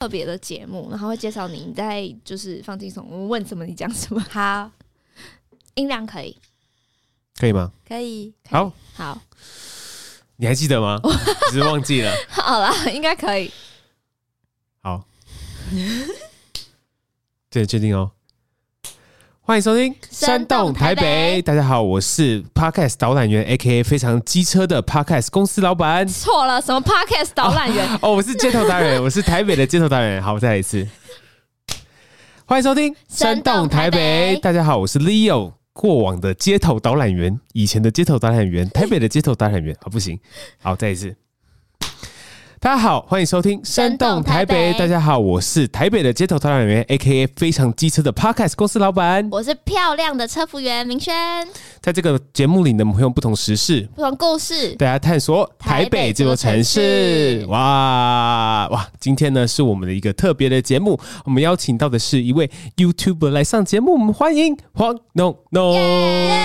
特别的节目，然后会介绍你，你再就是放轻松，我们问什么你讲什么，好，音量可以。可以吗？可以，可以好，好，你还记得 吗？只是忘记了。好了，应该可以。好，这确定哦。欢迎收听《山洞台北大家好，我是 Podcast 导览员，A.K.A 非常机车的 Podcast 公司老板。错了，什么 podcast 导览员？ 哦，我是街头达人，我是台北的街头达人。好，我再来一次。欢迎收听《山洞台北大家好，我是 Leo。过往的街头导览员，以前的街头导览员，台北的街头导览员，啊、不行，好，再一次。大家好，欢迎收听《山洞台北》山洞台北大家好，我是台北的街头导览员，A.K.A 非常机车的 Podcast 公司老板。 我是漂亮的车服员明轩，在这个节目里呢，我们会用不同时事，不同故事。大家啊探索台北这座城台北这座城市市。哇哇！今天呢是我们的一个特别的节目，我们邀请到的是一位 YouTuber 来上节目，我们欢迎黄农农。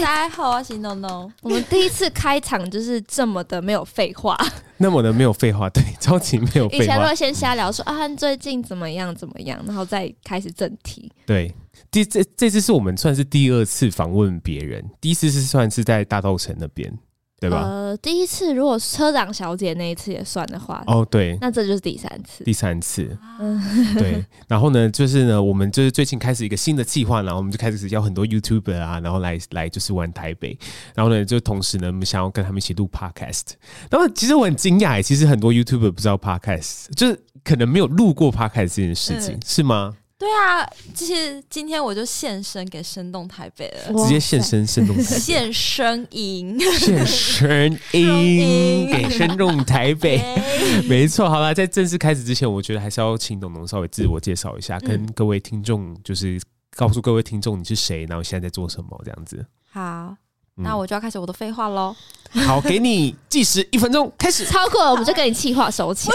大家好，我是 No No，我们第一次开场就是这么的没有废话，那么呢，没有废话，对，超级没有以废前都话会，先瞎聊说啊，你最近怎么样怎么样，然后再开始正题。对。第这这次是我们算是第二次访问别人，第一次是算是在大稻城那边，对吧？呃，第一次如果车长小姐那一次也算的话，哦，对，那这就是第三次。第三次，嗯对，然后呢，就是呢，我们就是最近开始一个新的计划，然后我们就开始邀很多 YouTuber 啊，然后来来就是玩台北，然后呢，就同时呢，我们想要跟他们一起录 Podcast。然后其实我很惊讶耶，其实很多 YouTuber 不知道 Podcast，就是可能没有录过 Podcast 这件事情，嗯是吗？对啊，就是今天我就现身给生动台北了，直接现身生动台 北，现身营，现身音音给生动台北。耶 没错，好啦，在正式开始之前，我觉得还是要请董董稍微自我介绍一下，跟各位听众就是告诉各位听众你是谁，然后现在在做什么这样子。 好，嗯那我就要开始我的废话喽。好，给你计时一分钟，开始。超过了我们就跟你气话收钱，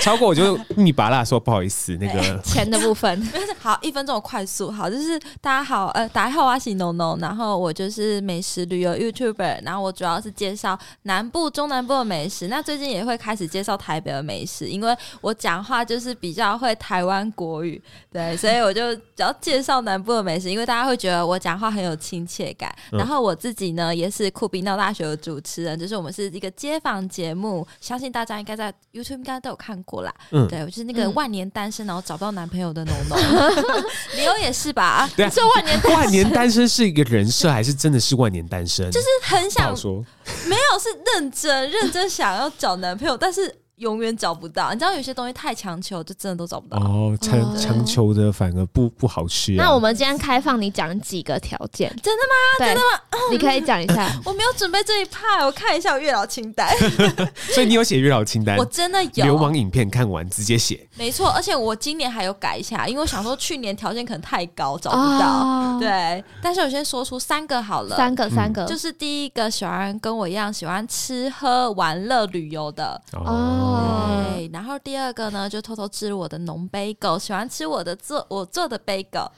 超过我就你拔啦，说不好意思，那个钱的部分。 好，一分钟我快速。好，就是大家好，呃，大家好，我是 No No，然后我就是美食旅游 YouTuber，然后我主要是介绍南部、中南部的美食。那最近也会开始介绍台北的美食，因为我讲话就是比较会台湾国语，对，所以我就只要介绍南部的美食，因为大家会觉得我讲话很有亲切感。嗯然后我自己呢，也是酷比闹大学的主持人，就是我们是一个街访节目，相信大家应该在 YouTube 应该都有看过啦。嗯对，我就是那个嗯万年单身，然后找不到男朋友的农农， 理由也是吧，对啊这万年万年单身是一个人设，还是真的是万年单身？就是是很不好想说。没有是认真认真想要找男朋友，但是永远找不到。你知道有些东西太强求，就真的都找不到。哦，强哦强求的反而不不好吃、啊。那我们今天开放你讲几个条件，真的吗？对， 你可以讲一下。我没有准备这一派，我看一下我月老清单， 所以你有写月老清单 我，真的有流氓影片看完直接写。没错，而且我今年还有改一下，因为我想说去年条件可能太高，找不到。哦，对，但是我先说出三个好了。三个三个，嗯就是第一个喜欢跟我一样喜欢吃喝玩乐旅游的，哦，哦对。然后第二个呢，就偷偷吃我的浓杯狗，喜欢吃我的做我做的杯狗，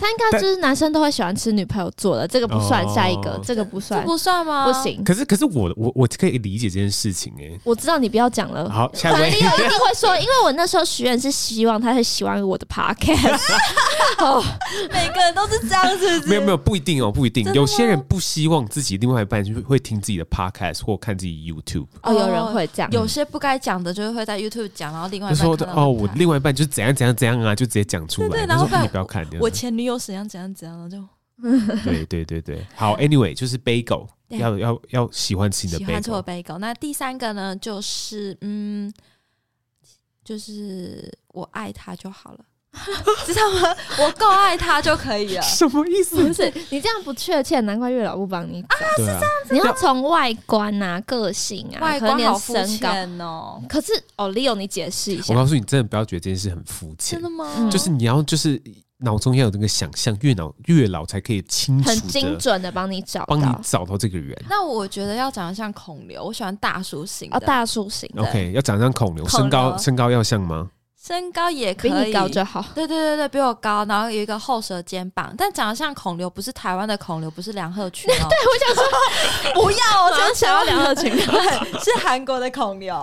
三个就是男生都会喜欢吃女朋友做的，这个不算，哦下一个这个不这算，不啊算吗？不，行。可是可是我我我可以理解这件事情哎、我知道你不要讲了。好，下反一正位你。有一定会说，因为我那时候许愿是希望他会喜欢我的 podcast，哦，每个人都是这样子，是不是没有没有，不一定哦，不一定真。的吗有些人不希望自己另外一半就会听自己的 podcast 或看自己 YouTube，哦，有人会这样，有些不该讲的，就是会在 YouTube 讲，然后另外就一半说看到哦，会我看另外一半就怎样怎样怎样啊，就直接讲出对来。对他然说嗯后不然你不要看，这样我前女友怎样怎样怎样，然后就对对对对。好，Anyway，就是 bagel 对要要要喜欢吃你的喜欢吃我 bagel，杯狗。那第三个呢，就是嗯，就是我爱他就好了， 知道吗？我够爱他就可 以了。什么意思？不是你这样不确切，难怪月老不帮你找。对啊，你要从外观啊、个性啊，外可能观好连肤身高。浅哦，可是哦，Leo，你解释一我下，告诉你，真的不要觉得这件事很肤浅真的，吗？嗯就是你要就是脑中要有那个想象，越脑越老才可以清楚很精的准的帮你找帮你到哦找到这个人。那我觉得要长得像孔刘，我喜欢大叔型哦，的，大叔型的。 OK，要长得像孔刘，孔身高刘 身高要像吗？身高也可比以，你高就好。对对对对，比我高，然后有一个后蛇肩膀，但长得像孔刘，不是台湾的孔刘，不是梁鹤群 哦，我想 说，不啊要，我我真想要梁鹤群。 对，是韩国的孔刘，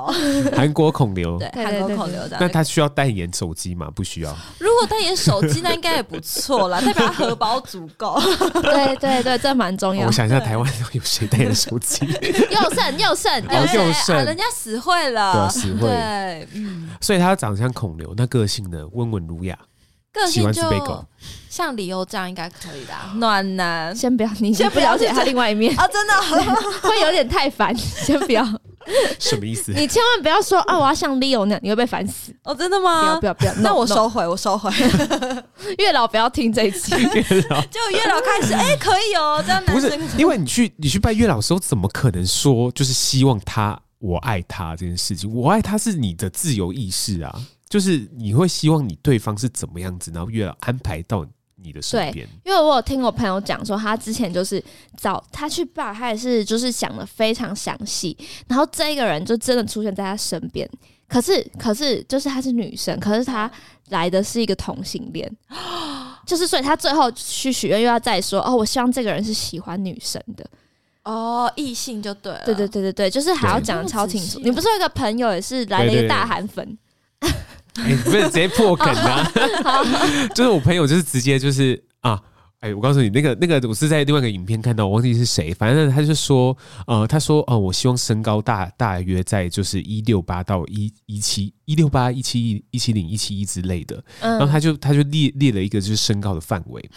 韩国孔流。对，对对韩国孔刘这那样。他需要代言手机吗？不需要。如果代言手机，那应该也不错啦，代表他荷包足够。 对对对，这蛮重要哦我。想一下，台湾有谁代言手机？又胜又胜，哦哎又剩啊人家死会对啊了，死会对，嗯，所以他长得像孔流，那个性呢，温文儒雅，个喜欢性吃就贝狗像李欧这样应该可以的啊，暖男 先不要，你先先不不了要解去他另外一面，啊，真的 哦 会有点太烦。先不要，什么意思？ 你千万不要说啊，我要像 Leo 那样，你会被烦死。 哦，真的不要吗不？要不要，那 no，我 no 收回，我收回。 月老不要听这一集。就月老开始，哎，可以哦，这样不男是生，因为你去你去拜月老的时候，怎么可能说就是希望他我爱他这件事情？我爱他是你的自由意识啊，就是你会希望你对方是怎么样子，然后月老安排到你的身边。因为我有听我朋友讲说，他之前就是找他去拜，他也是就是想的非常详细，然后这一个人就真的出现在他身边。可是，可是就是她是女生，可是她来的是一个同性恋，就是所以她最后去许愿又要再说哦，我希望这个人是喜欢女生的。哦，异性就对了，对对对对对，就是还要对讲的超清这么仔楚。呃细你不是有一个朋友也是来了一对个对大对韩粉， 哎、不是直接破梗啊！ 就是我朋友就是直接就是啊。哎、我告诉你，那个那个，我是在另外一个影片看到，我忘记是谁，反正他就说，呃，他说，哦、我希望身高大大约在就是一六八到一一七一六八一七一一七零一七一之类的，嗯，然后他就他就列列了一个就是身高的范围，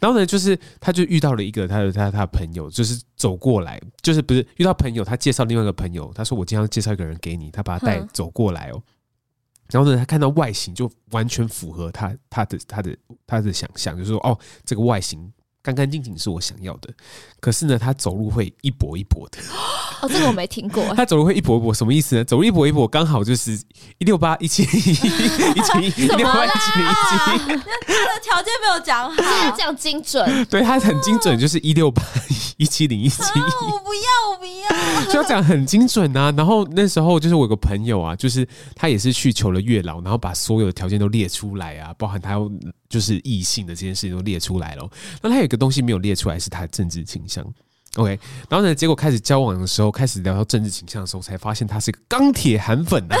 然后呢，就是他就遇到了一个他的他他的朋友，就是走过来，就是不是遇到朋友，他介绍另外一个朋友，他说我今天要介绍一个人给你，他把他带嗯走过来哦。然后呢，他看到外形就完全符合他他的他的他的想象，就是说哦，这个外形干干净净是我想要的。可是呢，他走路会一跛一跛的，哦，这个我没听 ，过他走路会一跛一跛，什么意思呢？走路一跛一跛，刚好就是一六八一七一七一六八一七一七。他的条件没有讲好，他讲精准，对他很精准，就是一六八 一七零一七啊，我不要，我不要。一，就要讲很精准啊。然后那时候就是我有个朋友啊，就是他也是去求了月老，然后把所有的条件都列出来啊，包含他要就是异性的这件事情都列出来了。那他有一个东西没有列出来，是他的政治倾向。OK，然后呢，结果开始交往的时候，开始聊到政治倾向的时候，才发现他是个钢铁韩粉啊。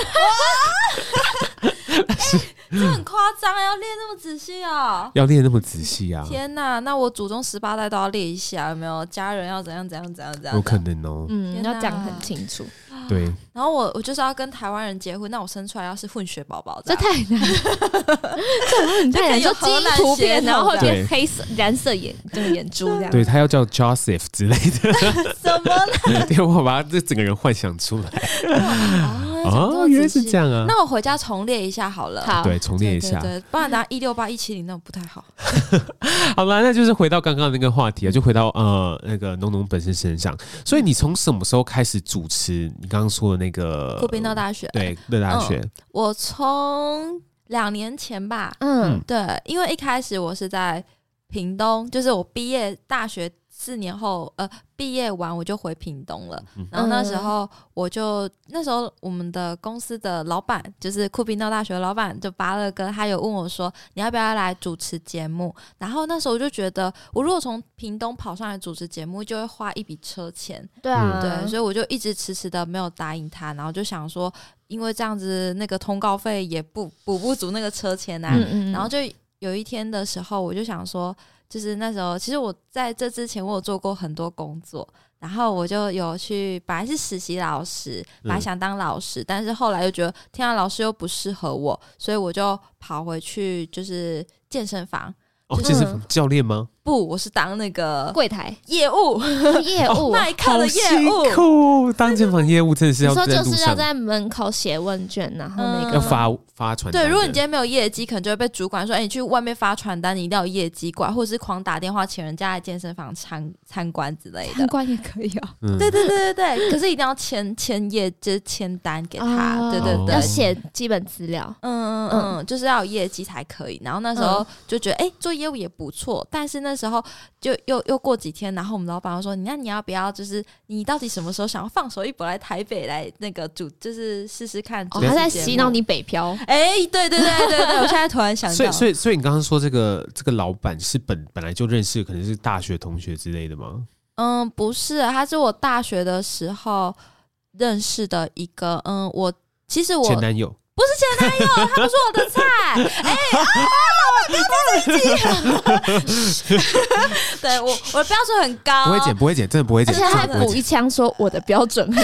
这很夸张，要练那么仔细啊！要列那么仔细啊？天哪，那我祖宗十八代都要列一下，有没有？家人要怎样怎样怎样怎有样？可能哦，嗯，天要讲哪很清楚，对，然后我我就是要跟台湾人结婚，那我生出来要是混血宝 宝，这 太难，这很太难。就就可基以有因突变，荷兰血统然后会变对黑色、蓝色眼这个眼珠这样。对他要叫 Joseph 之类的，什么 啦？对我把他这整个人幻想出来啊哦，原来是这。样啊。那我回家重列一下好了。好，对，重练一下。对对对，不然拿一六八一七零那不太好。好了，那就是回到刚刚那个话题啊，就回到呃那个农农本身身上。所以你从什么时候开始主持你刚刚说的那个国宾到大学，呃嗯对乐大学？我从两年前吧，嗯对，因为一开始我是在屏东，就是我毕业大学四年后，呃，毕业完我就回屏东了。嗯然后那时候我就那时候我们的公司的老板就是酷比闹大学的老板，就巴乐哥，他有问我说你要不要来主持节目？然后那时候我就觉得，我如果从屏东跑上来主持节目，就会花一笔车钱，对嗯啊，对，所以我就一直迟迟的没有答应他，然后就想说，因为这样子那个通告费也不补不足那个车钱啊，嗯嗯，然后就有一天的时候，我就想说，就是那时候，其实我在这之前我有做过很多工作，然后我就有去，本来是实习老师，本来嗯想当老师，但是后来又觉得天啊，老师又不适合我，所以我就跑回去就是健身房。哦，就是这是嗯教练吗？不，我是当那个柜台哦业务 业务，卖课的好业辛务。苦，当健房业务真的是你要说在就路是要上在门口写问卷，然后那要个嗯发发传单的。对，如果你今天没有业绩，可能就会被主管说：“哎、你去外面发传单，你一定要有业绩挂，或者是狂打电话请人家来健身房参参观之类的。”参观也可以哦。嗯对对对对对，可是一定要签签页，就是签单给他，哦对对对要。写基本资料。嗯嗯嗯嗯，就是要有业绩才可以。然后那时候就觉得，哎、做业务也不错，但是那那时候就又又过几天，然后我们老板就说：“你那你要不要就是你到底什么时候想要放手一搏来台北来那个主就是试试看主哦，持节目？”他在洗脑你北漂，哎、对对对对对，我现在突然想到，所以，所以，所以你刚刚说这个这个老板是本本来就认识，可能是大学同学之类的吗？嗯，不是，他是我大学的时候认识的一个，嗯，我其实我前男友，不是前男友，他不是我的菜。哎、啊，老板不要 自己。对我，我的标准很高，哦不会剪，不会剪，真的不会而剪，且真他的还不会补剪。一枪说我的标准很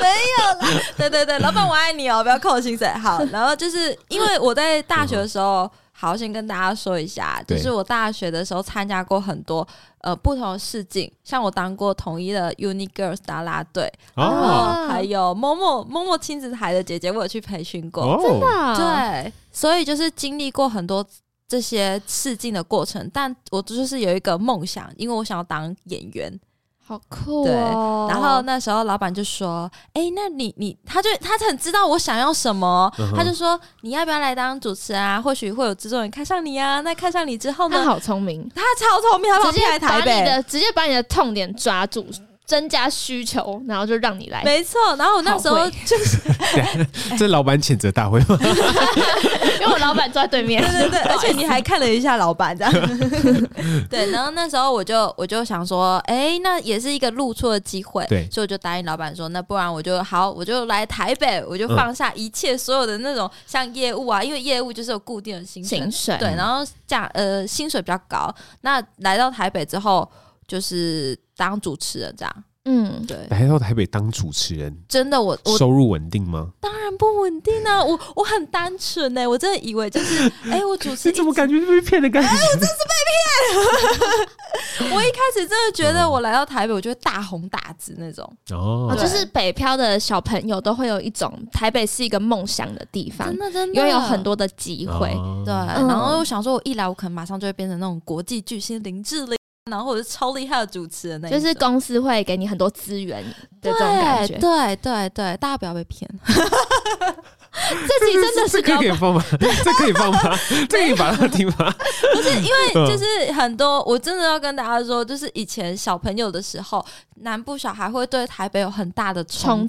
没有啦。对对对，老板我爱你哦，不要扣我薪水。好，然后就是因为我在大学的时候，好，先跟大家说一下，就嗯对是我大学的时候参加过很多呃不同的试镜，像我当过统一的 Uni Girls 啦啦队，哦还有某某某某亲子台的姐姐，我有去培训过。哦，大，对，所以就是经历过很多这些试镜的过程，但我就是有一个梦想，因为我想要当演员。好酷对哦。然后那时候老板就说：“哎、那你你，他就他很知道我想要什么，嗯哼他就说你要不要来当主持人啊？或许会有制作人看上你啊。那看上你之后他呢？好聪明，他超聪明，他跑直接来把台你北。”的直接把你的痛点抓住，增加需求，然后就让你来。没错，然后我那时好候会就是这是老板谴责大会吗？因为我老板坐在对面 对，对对，而且你还看了一下老板这样， 对，然后那时候我就我就想说，哎、那也是一个露出的机会，对所以我就答应老板说，那不然我就好，我就来台北，我就嗯放下一切所有的那种像业务啊，因为业务就是有固定的薪水薪，水对，然后价呃薪水比较高，那来到台北之后就是当主持人这样，嗯，对，来到台北当主持人，真的我我收入稳定吗？当然不稳定啊，我我很单纯呢、我真的以 为就是，哎、我主持你一哎怎么感觉被骗的感觉？ 我一开始真的觉得我来到台北，我就会大红大紫那种，哦哦，对就是北漂的小朋友都会有一种台北是一个梦想的地方真，的真的拥有很多的机会。哦对。嗯然后我想说，我一来我可能马上就会变成那种国际巨星林志玲，然后或者是超厉害的主持人那一就种，是公司会给你很多资源的对这种感觉，对对对，大家不要被骗。嗯自己真的是这个高可以放 吗？这可以放吗？这可以把它听吗？嗯因为就是很多，我真的要跟大家说，就是以前小朋友的时候，南部小孩会对台北有很大的憧憧憬。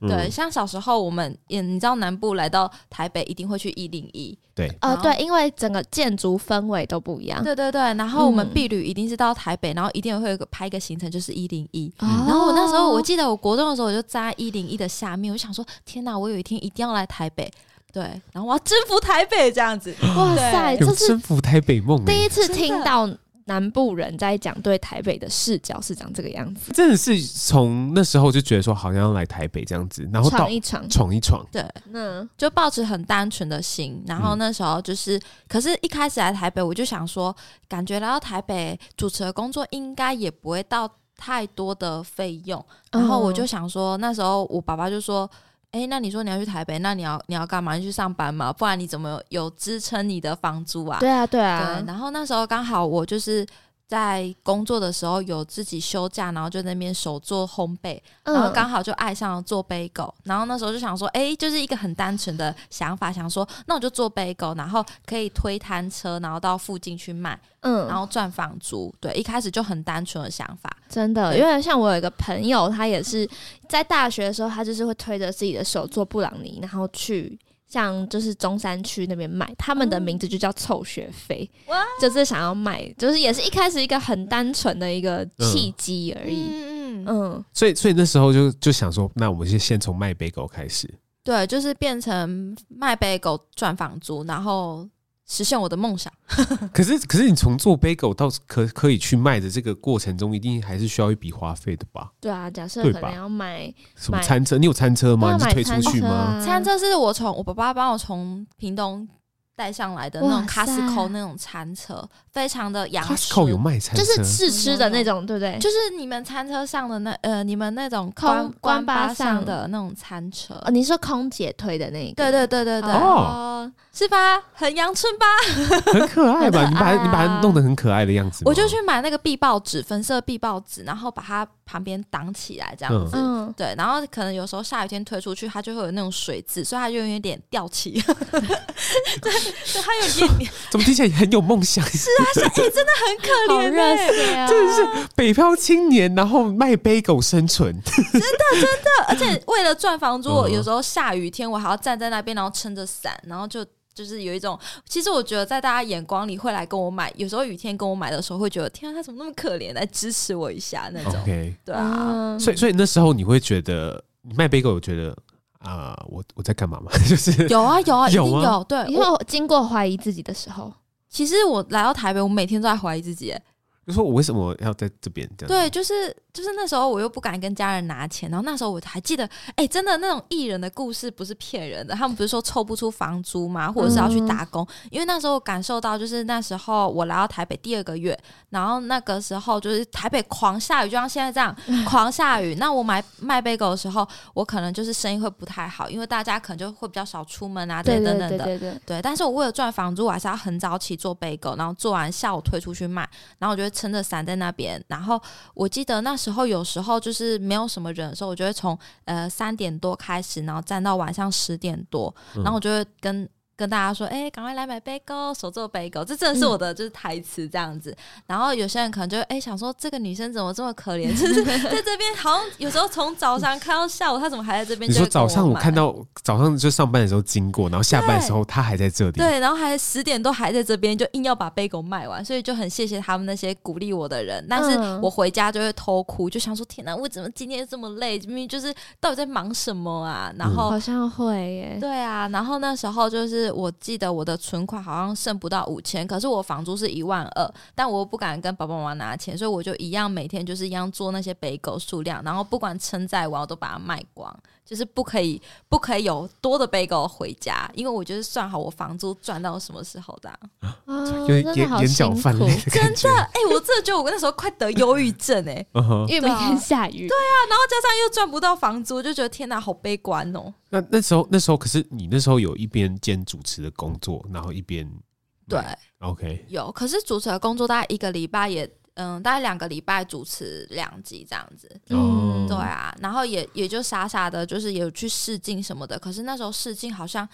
憬对，嗯像小时候我们也，你知道南部来到台北一定会去一零一，对，哦，然后对，因为整个建筑氛围都不一样。对对对，然后我们啊嗯避旅一定是到台北，然后一定会有个拍一个行程，就是一零一。哦然后我那时候，我记得我国中的时候，我就站在一零一的下面，我就想说，天哪，我有一天一定要来台北，对，然后我要征服台北这样子。哇塞，哦对这有是征服台北梦欸，第一次真的听到南部人在讲对台北的视角是长这个样子，真的是从那时候就觉得说好像要来台北这样子，然后到闯一闯。嗯闯一闯，对，那就抱持很单纯的心，然嗯后那时候就是，可是一开始来台北，我就想说，感觉来到台北主持的工作应该也不会到太多的费用，然后我嗯就想说，那时候我爸爸就说：“哎、那你说你要去台北，那你要你要干嘛？你去上班嘛，不然你怎么有有支撑你的房租啊？”对啊，对对啊，然后那时候刚好我就是在工作的时候有自己休假，然后就在那边手做烘焙，嗯然后刚好就爱上了做杯狗。然后那时候就想说：“哎、就是一个很单纯的想法，想说那我就做杯狗，然后可以推摊车，然后到附近去卖，嗯，然后赚房租。”对，一开始就很单纯的想法。真的，对因为像我有一个朋友，他也是在大学的时候，他就是会推着自己的手做布朗尼，然后去像就是中山区那边卖，他们的名字就叫凑学费，哇就是想要卖，就是也是一开始一个很单纯的一个契机而已。嗯嗯嗯，所以所以那时候就就想说，那我们就先从卖北狗 开始。对，就是变成卖贝狗赚房租，然后实现我的梦想。可是可是你从做杯狗到可可以去卖的这个过程中，一定还是需要一笔花费的吧？对啊，假设对可吧能要买，什么买餐车？你有餐车对吗？啊你是买推出餐去车吗？啊餐车是我从我爸爸帮我从屏东带上来的那种哇塞 Costco 那种餐车，非常的洋 Costco 式有卖餐就车，是试吃的那种，对不对？就是你们餐车上的那呃，你们那种官空官巴巴上上的那种餐车，哦，你说空姐推的那一个，对对对对对，哦，是吧？很阳春吧？很可爱吧？很你可爱啊把它你把它弄得很可爱的样子吗，我就去买那个壁报纸，粉色壁报纸，然后把它旁边挡起来这样子。嗯，对，然后可能有时候下雨天推出去，它就会有那种水渍，所以它就有点掉漆。 对，对，它有一点， 怎么听起来很有梦想？是啊，很可好怜、热欸。血啊！ 真的是北漂青年，然后卖 bagel 生存。而且为了赚房租，我嗯有时候下雨天我还要站在那边，然后撑着伞，然后就就是有一种，其实我觉得在大家眼光里会来跟我买，有时候雨天跟我买的时候会觉得，天啊，他怎么那么可怜，来支持我一下那种， OK，对啊。嗯所以所以那时候你会觉得你卖 bagel，我觉得啊、我我在干嘛嘛？ 就是有啊有啊，一定有啊有。对，你我有经过怀疑自己的时候，其实我来到台北，我每天都在怀疑自己。欸就说我为什么要在这边这样？对，，就是就是那时候我又不敢跟家人拿钱，然后那时候我还记得，哎、真的那种艺人的故事不是骗人的，他们不是说凑不出房租吗？或者是要嗯去打工？因为那时候我感受到，就是那时候我来到台北第二个月，然后那个时候就是台北狂下雨，就像现在这样嗯狂下雨。那我买卖贝狗的时候，我可能就是生意会不太好，因为大家可能就会比较少出门啊，等对等对对等等的。对对，对，但是我为了赚房租，我还是要很早起做备狗，然后做完下午推出去卖，然后我就会撑着伞在那边。然后我记得那时候有时候就是没有什么人的时候，我就会从呃三点多开始，然后站到晚上十点多，嗯然后我就会跟。跟大家说，哎、赶快来买贝狗，手做贝狗，这真的是我的就是台词这样子。然后有些人可能就会哎、想说，这个女生怎么这么可怜？ 就是在这边好像有时候从早上看到下午，她怎么还在这边？你就说会跟早上我买看到早上就上班的时候经过，然后下班的时候他还在这里。对，然后还十点多还在这边，就硬要把贝狗卖完，所以就很谢谢他们那些鼓励我的人。但是嗯我回家就会偷哭，就想说：天哪，我怎么今天这么累？明明就是到底在忙什么啊？然后。好像会耶。对啊，然后那时候就是我记得我的存款好像剩不到五千，可是我房租是一万二，但我又不敢跟爸爸妈妈拿钱，所以我就一样每天就是一样做那些北狗数量，然后不管称再晚我都把它卖光，就是不可以不可以有多的北狗回家，因为我就是算好我房租赚到什么时候 的啊、啊真有点的眼好眼辛角苦，泛泪的感觉，哎、我真的觉得我那时候快得忧郁症哎、嗯哼，因为每天下雨。对，然后加上又赚不到房租，就觉得天哪，好悲观哦。那那时候那时候可是你那时候有一边兼主持的工作，然后一边对， OK，有，可是主持的工作大概一个礼拜也，嗯，大概两个礼拜主持两集这样子。嗯哦对啊，然后也也就傻傻的，就是有去试镜什么的。可是那时候试镜好像，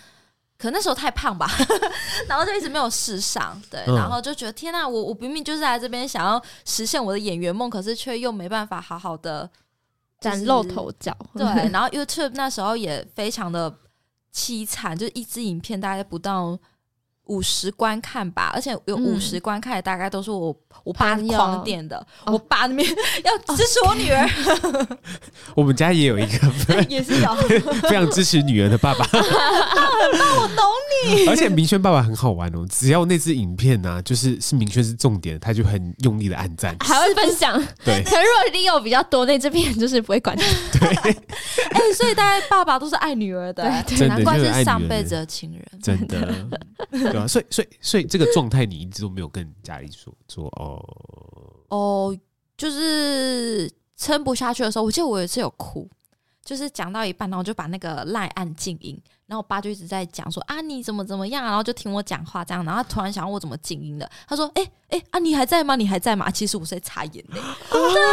可那时候太胖吧， 然后就一直没有试上。对，嗯然后就觉得天呐，啊我我明明就是来这边想要实现我的演员梦，可是却又没办法好好的崭露头角。 对，然后 YouTube 那时候也非常的凄惨，就是一支影片大概不到五十观看吧，而且有嗯五十观看的大概都是我我爸朋友狂点的，哦我爸那边要支持我女儿、 我们家也有一个也是有， 我非常支持女儿的爸爸， 懂而且明轩爸爸很好玩哦，只要那支影片呢、就是是明轩是重点，他就很用力的按赞，还会分享，对可是如果你有比较多那这边就是不会管他， 哎、所以大概爸爸都是爱女儿的、哎对真的难怪就是爱是女上儿辈的子的情人。真的，对啊，所以所以所以这个状态你一直都没有跟家里说说哦，哦，就是撑不下去的时候，我记得我有一次有哭，就是讲到一半，然后我就把那个赖按静音，然后我爸就一直在讲说啊你怎么怎么样、啊，然后就听我讲话这样，然后他突然想问我怎么静音的，他说哎哎、啊你还在吗？你还在吗？啊其实啊我是在擦眼泪，哦我做过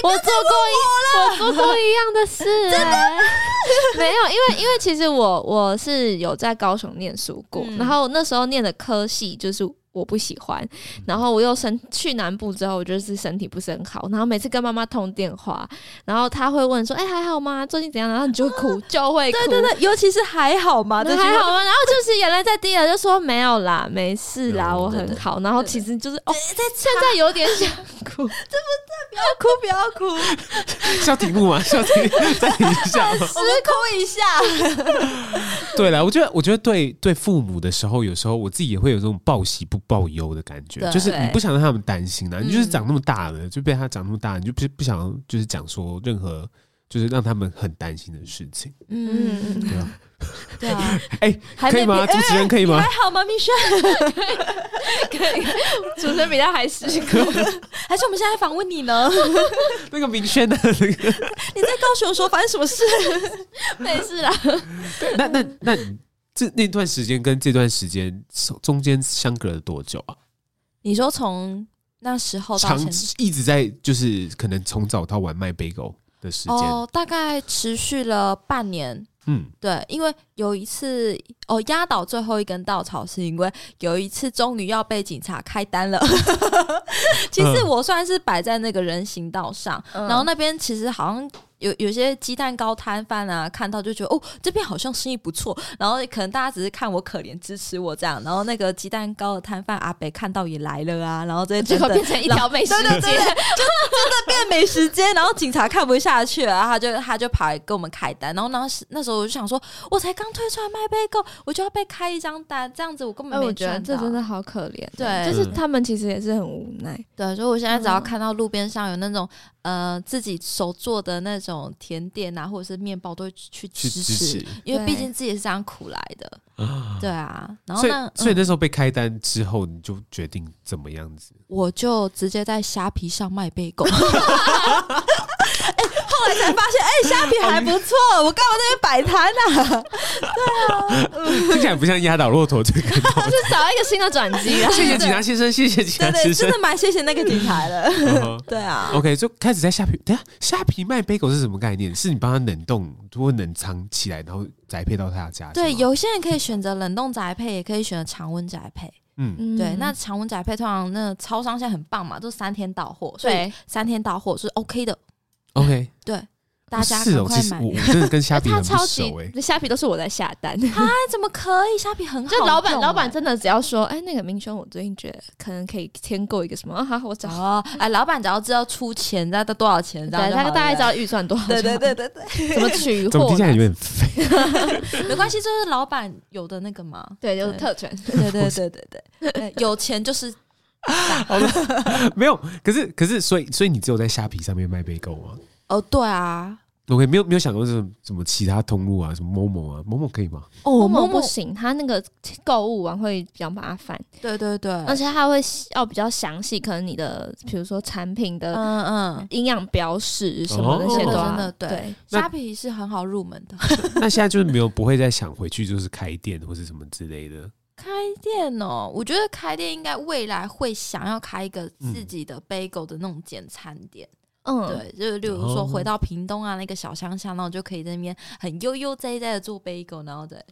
一我做过一样的 事、哎 没有，因为因为其实我我是有在高雄念书过，嗯然后那时候念的科系就是我不喜欢，嗯然后我又身去南部之后，我就是身体不是很好，然后每次跟妈妈通电话，然后她会问说：“哎、还好吗？最近怎样？”然后你就会 哭，就会哭，对对对，尤其是嗯还好啊吗？这那句还话好 吗？然后就是眼泪在滴了，就说没有啦，没事啦，嗯我对很对好。然后其实就是哦，现在有点想哭，不要哭不要哭，笑题目吗？笑题暂停一下吗。我们哭一下。 对了，我觉得，我觉得对对父母的时候，有时候我自己也会有这种报喜不报忧的感觉，对就是你不想让他们担心啊，嗯你就是长那么大了，就被他长那么大，你就不不想就是讲说任何就是让他们很担心的事 情。嗯，对啊 对啊，哎、还可以没吗？主持人可以吗哎还？好吗，蜜轩？主持人比他还辛苦。还 是我们现在访问你呢？ 那个明轩的那个，你在高雄的时候发生什么事？没事啦， 那那那你这那段时间跟这段时间中间相隔了多久啊？你说从那时候到长现在一直在就是可能从早到晚卖 bagel 的时间，哦，大概持续了半年。嗯，对，因为有一次哦，压倒最后一根稻草，是因为有一次终于要被警察开单了。 其实嗯我算是摆在那个人行道上，嗯然后那边其实好像有有些鸡蛋糕摊贩啊，看到就觉得哦，这边好像生意不错。然后可能大家只是看我可怜支持我这样，然后那个鸡蛋糕的摊贩阿北看到也来了啊，然后这些结等果等变成一条美食对对街对，变美食街，然后警察看不下去了，然后他就他就跑来跟我们开单，然后那时那时候我就想说，我才刚推出来卖被购，我就要被开一张单，这样哦子我根哎，本没我觉得赚这到。真的好可怜，对就是他们其实也是很无奈，对，所以我现在只要看到路边上有那种呃自己手做的那种甜点啊，或者是面包，都会去去支支持，持因为对毕竟自己是这样苦来的。啊。对啊，然后所以那，所以嗯那时候被开单之后，你就决定怎么样子？ 我就直接在虾皮上卖被购。哎、后来才发现，哎、虾皮还不错，我干嘛在那边摆摊啊？听起来不像压倒骆驼这个。。就找一个新的转机啊谢谢警察先生，谢谢警察对先生对，真。的蛮谢谢那个警察的。嗯哼对啊， OK，就开始在虾皮。等一下虾皮卖 bagel 是什么概念？是你帮他冷冻或冷藏起来，然后宅配到他家？对，是吗有些人可以选择冷冻宅配，也可以选择常温宅配。嗯嗯对，那常温宅配通常那个超商现在很棒嘛，都三天到货，所以对，三天到货是 OK 的。 ，OK，对，大家是赶哦。快其实买我。我真的跟虾那皮 他很不超级熟哎，虾皮都是我在下单。哎，怎么可以？虾皮很好就用啊，老板，老板真的只要说，哎，那个明兄，我最近觉得可能可以添购一个什么，啊好，我找，哦，哎，老板只要知道出钱，知道多少钱，对，然后大概大概知道预算多少，对对， 对对对，怎么取怎么货听起来呢，有点 废？没关系，就是老板有的那个嘛。对，就是特权，对对对对对对，有钱就是没有，可是可是，所以所以你只有在虾皮上面卖 bagel 吗哦，对啊， ？OK，没有没有想过是什么什么其他通路啊，什么某某啊，某某可以吗？哦，某默不默，行，他那个购物完会比较麻烦，对对对，而且他会要比较详细，可能你的比如说产品的嗯嗯，营养标识什么那些都哦要真的对对，那虾皮是很好入门的。那现在就是没有不会再想回去，就是开店或是什么之类的。开店哦，我觉得开店应该未来会想要开一个自己的 bagel 的那种简餐店，嗯，对，就是例如哦说回到屏东啊那个小乡下，然后就可以在那边很悠悠哉哉的做 bagel，然后的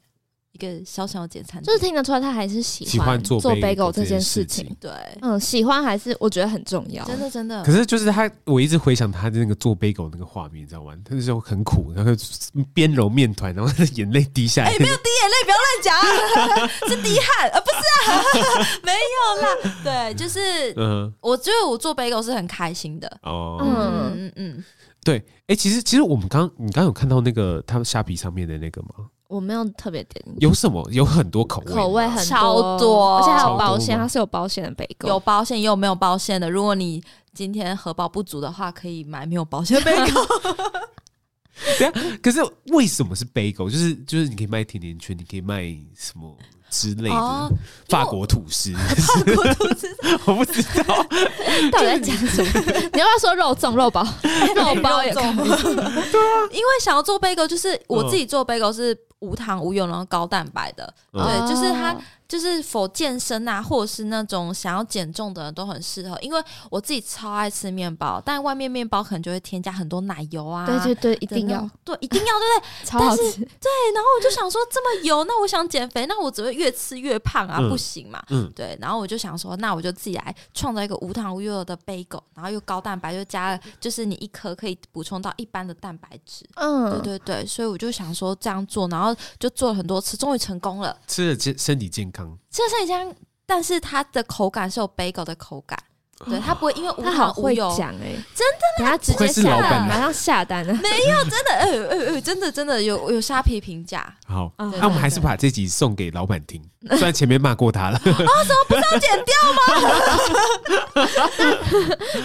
一个小小的简餐就是店，听得出来他还是喜喜欢做做 bagel 这这件事事情。对，嗯，喜欢还是我觉得很重要，真的真的 可，是就是他，我一直回想他的那个做 bagel 那个画面，你知道吗？他那时候很苦，然后嗯边揉面团，然后他的眼泪滴下来。滴眼泪不要乱讲啊， 是滴 汗啊，不是啊，没有啦，对，就是嗯，我觉得我做 bagel 是很开心的，哦，嗯嗯嗯嗯，对，哎、其实其实我们刚你刚有看到那个他们虾皮上面的那个吗？我没有特别点有什么？有很多口味吗，口味很超多而且还超有多保险，吗它是有保险的北购，有保险也有没有保险的。如果你今天荷包不足的话，可以买没有保 险的 bagel。可是为什么是 bagel？就是就是你可以卖甜甜圈，你可以卖什么之类的、哦法国吐司，我肚子 我不知道。到底在讲什 么？你要不要说肉粽、肉包、肉包也可 以？因为想要做 bagel，就是我自己做 bagel 是无糖无油，然后高蛋白的。嗯对，就是它哦，就是否健身啊，或者是那种想要减重的人都很适合。因为我自己超爱吃面包，但外面面包可能就会添加很多奶油啊。对对对，一的那定要种对，一定要对不对？超好吃，对，然后我就想说，这么油，那我想减肥，那我只会越吃越胖啊，嗯不行嘛。嗯，对，然后我就想说，那我就自己来创造一个无糖无油的 bagel，然后又高蛋白，又加了就是你一颗可以补充到一般的蛋白质。嗯，对对对，所以我就想说这样做，然后就做了很多次，终于成功了。吃了健身体健康，这个生姜浆，但是它的口感是有 bagel 的口感，对，它不会因为无他好糖无会油，讲欸哎、真的，等下直接不愧是老下板单，啊马上下单了。真的，呃呃呃，真的真的有有虾皮评价，好，那、啊对我们还是把这集送给老 板听，虽然前面骂过他了。要剪掉。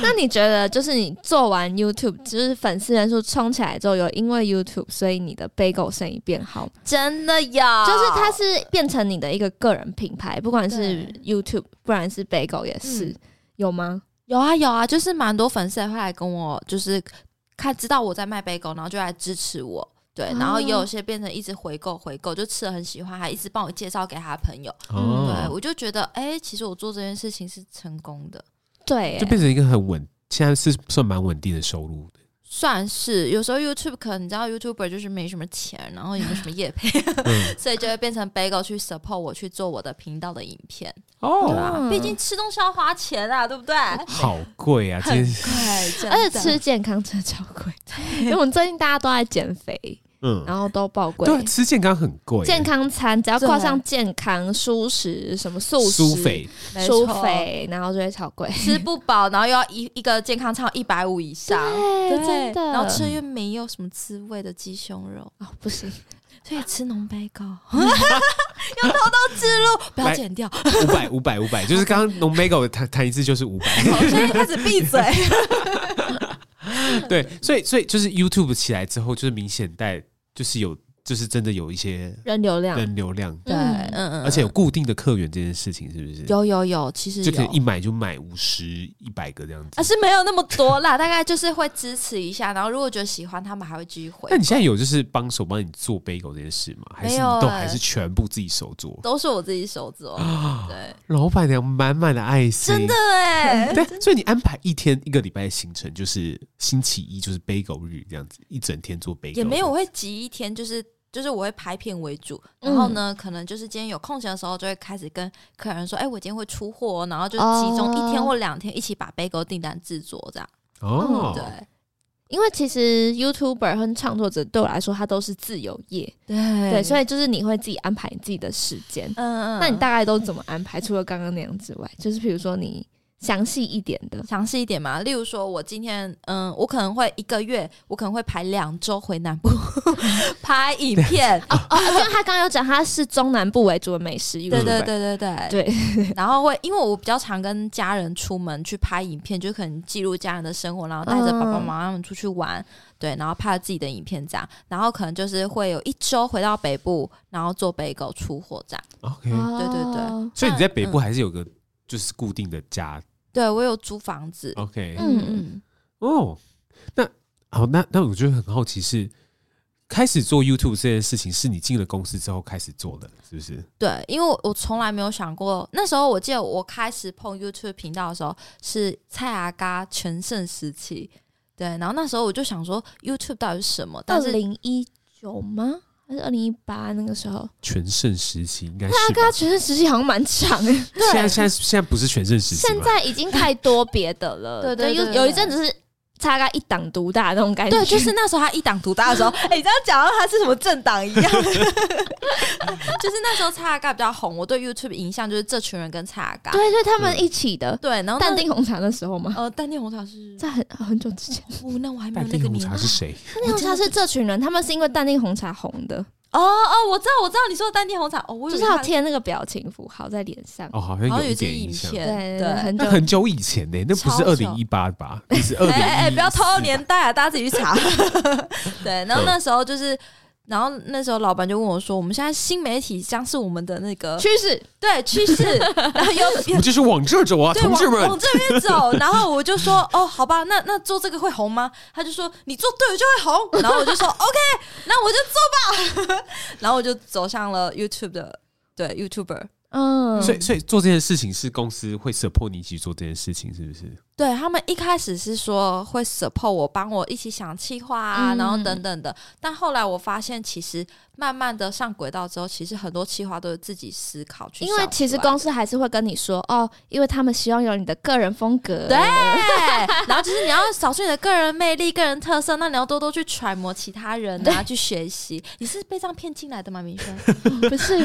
那你觉得，就是你做完 YouTube，就是粉丝人数冲起来之后，有因为 YouTube，所以你的 bagel 生意变好吗？真的有，就是它是变成你的一个个人品牌，不管是对 YouTube，不然是 bagel 也是，嗯有吗？有啊有啊，就是蛮多粉丝也会来跟我，就是看知道我在卖杯狗，然后就来支持我。对，哦然后也有些变成一直回购回购，就吃的很喜欢，还一直帮我介绍给他的朋友。嗯 对，哦，我就觉得，哎、其实我做这件事情是成功的。对耶，就变成一个很稳，现在是算蛮稳定的收入的。算是有时候 YouTube 可能你知道 YouTuber 就是没什么钱，然后也没什么业配， 嗯，所以就会变成 Bagel 去 support 我去做我的频道的影片，对哦，啊，嗯毕竟吃东西要花钱啊，对不对？好贵啊！今天对，而且吃健康真的超贵， 因为我们最近大家都在减肥，嗯，然后都爆贵。对啊，吃健康很贵，健康餐只要挂上对健康、舒食、什么素食、苏肥，没苏错肥，然后就会超 贵。吃不饱，然后又要一一个健康餐一百五以上，对，真的。然后吃又没有什么滋味的鸡胸肉，哦，不行， 所以吃浓白糕， 要偷偷记录，不要来剪掉。 五 百五百五百，就是刚刚 n o m e g o 谈谈一次就是五百，好，现在开始闭嘴。对，所以所以就是 YouTube 起来之后，就是明显带就是有就是真的有一些人流量人流量，对， 嗯嗯，而且有固定的客源这件事情，是不是？有有有，其实就可能一有。买就买五十一百个这样子哦啊，。是没有那么多啦，大概就是会支持一下，然后如果觉得喜欢，他们还会继续回那。你现在有就是帮手帮你做 bagel 这件事吗？还是没你有都欸还是全部自己手做？啊都是我自己手做， 对，老板娘满满的爱心，真的哎、对，所以你安排一天一个礼拜的行程，就是星期一就是 bagel 日这样子，一整天做 bagel 也没有，我会集一天，就是就是我会拍片为主，然后呢，可能就是今天有空闲的时候，就会开始跟客人说，哎、我今天会出货哦，然后就集中一天哦或两天一起把 bagel 订单制作这样，嗯哦，对因为其实 YouTuber 和创作者对我来说，他都是自由业，对对，所以以就是你会自己安排你自己的时间。嗯嗯，那你大概都怎么安排？除了刚刚那样之外，就是比如说你详细一点 的，详细一点嘛，例如说，我今天，嗯，我可能会一个月，我可能会排两周回南部 拍影片，哦，因为他刚刚有讲他是中南部为主的美食 YouTuber，对对对对对对， 然后会，因为我比较常跟家人出门去拍影片，就可能记录家人的生活，然后带着爸爸妈嗯妈他们出去玩，对，然后拍了自己的影片这样，然后可能就是会有一周回到北部，然后做北狗出货这样。对 OK，对啊对对，所以你在北部还是有个就是固定的家对我有租房子， ，OK，嗯嗯嗯，哦，那好，那那我就很好奇是。开始做 YouTube 这件事情是你进了公司之后开始做的，是不是？对，因为我我从来没有想过，那时候我记得我开始碰 YouTube 频道的时候是蔡阿嘎全盛时期，对，然后那时候我就想说 YouTube 到底是什么，二但是零一九吗？还是二零一八那个时候？全盛时期应该啊是大吧家全盛时期好像蛮长的，现在现在现在不是全盛时期现吗？在已经太多别的了。 对对对有对有一阵子是大概一党独大那种感觉，对，就是那时候他一党独大 的时候，哎、你这样讲到他是什么政党一 样，就是那时候蔡阿嘎比较红，我对 YouTube 影像就是这群人跟蔡阿嘎，对对，他们一起的对，然后那淡定红茶的时候嘛，呃淡定红茶是，在很很久之前，哦，那我还没有淡那定个红年茶代是谁？淡定红茶是这群人，他们是因为淡定红茶红的，哦哦，我知道我知道你说的淡定红茶，哦，我就有是要贴那个表情符号在脸上。哦，好像好有像有一一支点印影象。对片，对，对对很 久那。很久以前呢、那不是超二久零一八吧？ 那是二零哎哎哎，一，不要透露年代啊，大家自己去查。 对，然后那时候就是，然后那时候老板就问我说，我们现在新媒体将是我们的那个趋势对趋 势，然后又我就是往这走啊， 对，同志往们往。这边走，然后我就说，哦，好吧，那那做这个会红吗？他就说，你做对了就会红。然后我就说，OK，那我就做吧。然后我就走向了 YouTube 的，对 YouTuber，嗯，所以，所以做这件事情是公司会 support 你一起做这件事情，是不是？对他们一开始是说会 support 我，帮我一起想企划啊，嗯然后等等的。但后来我发现，其实慢慢的上轨道之后，其实很多企划都是自己思考去因想出来的，为其实公司还是会跟你说哦，因为他们希望有你的个人风格。 对，然后就是你要找出你的个人魅力、个人特色，那你要多多去揣摩其他人 啊，去学习。你是被这样骗进来的吗，明轩？ 不是，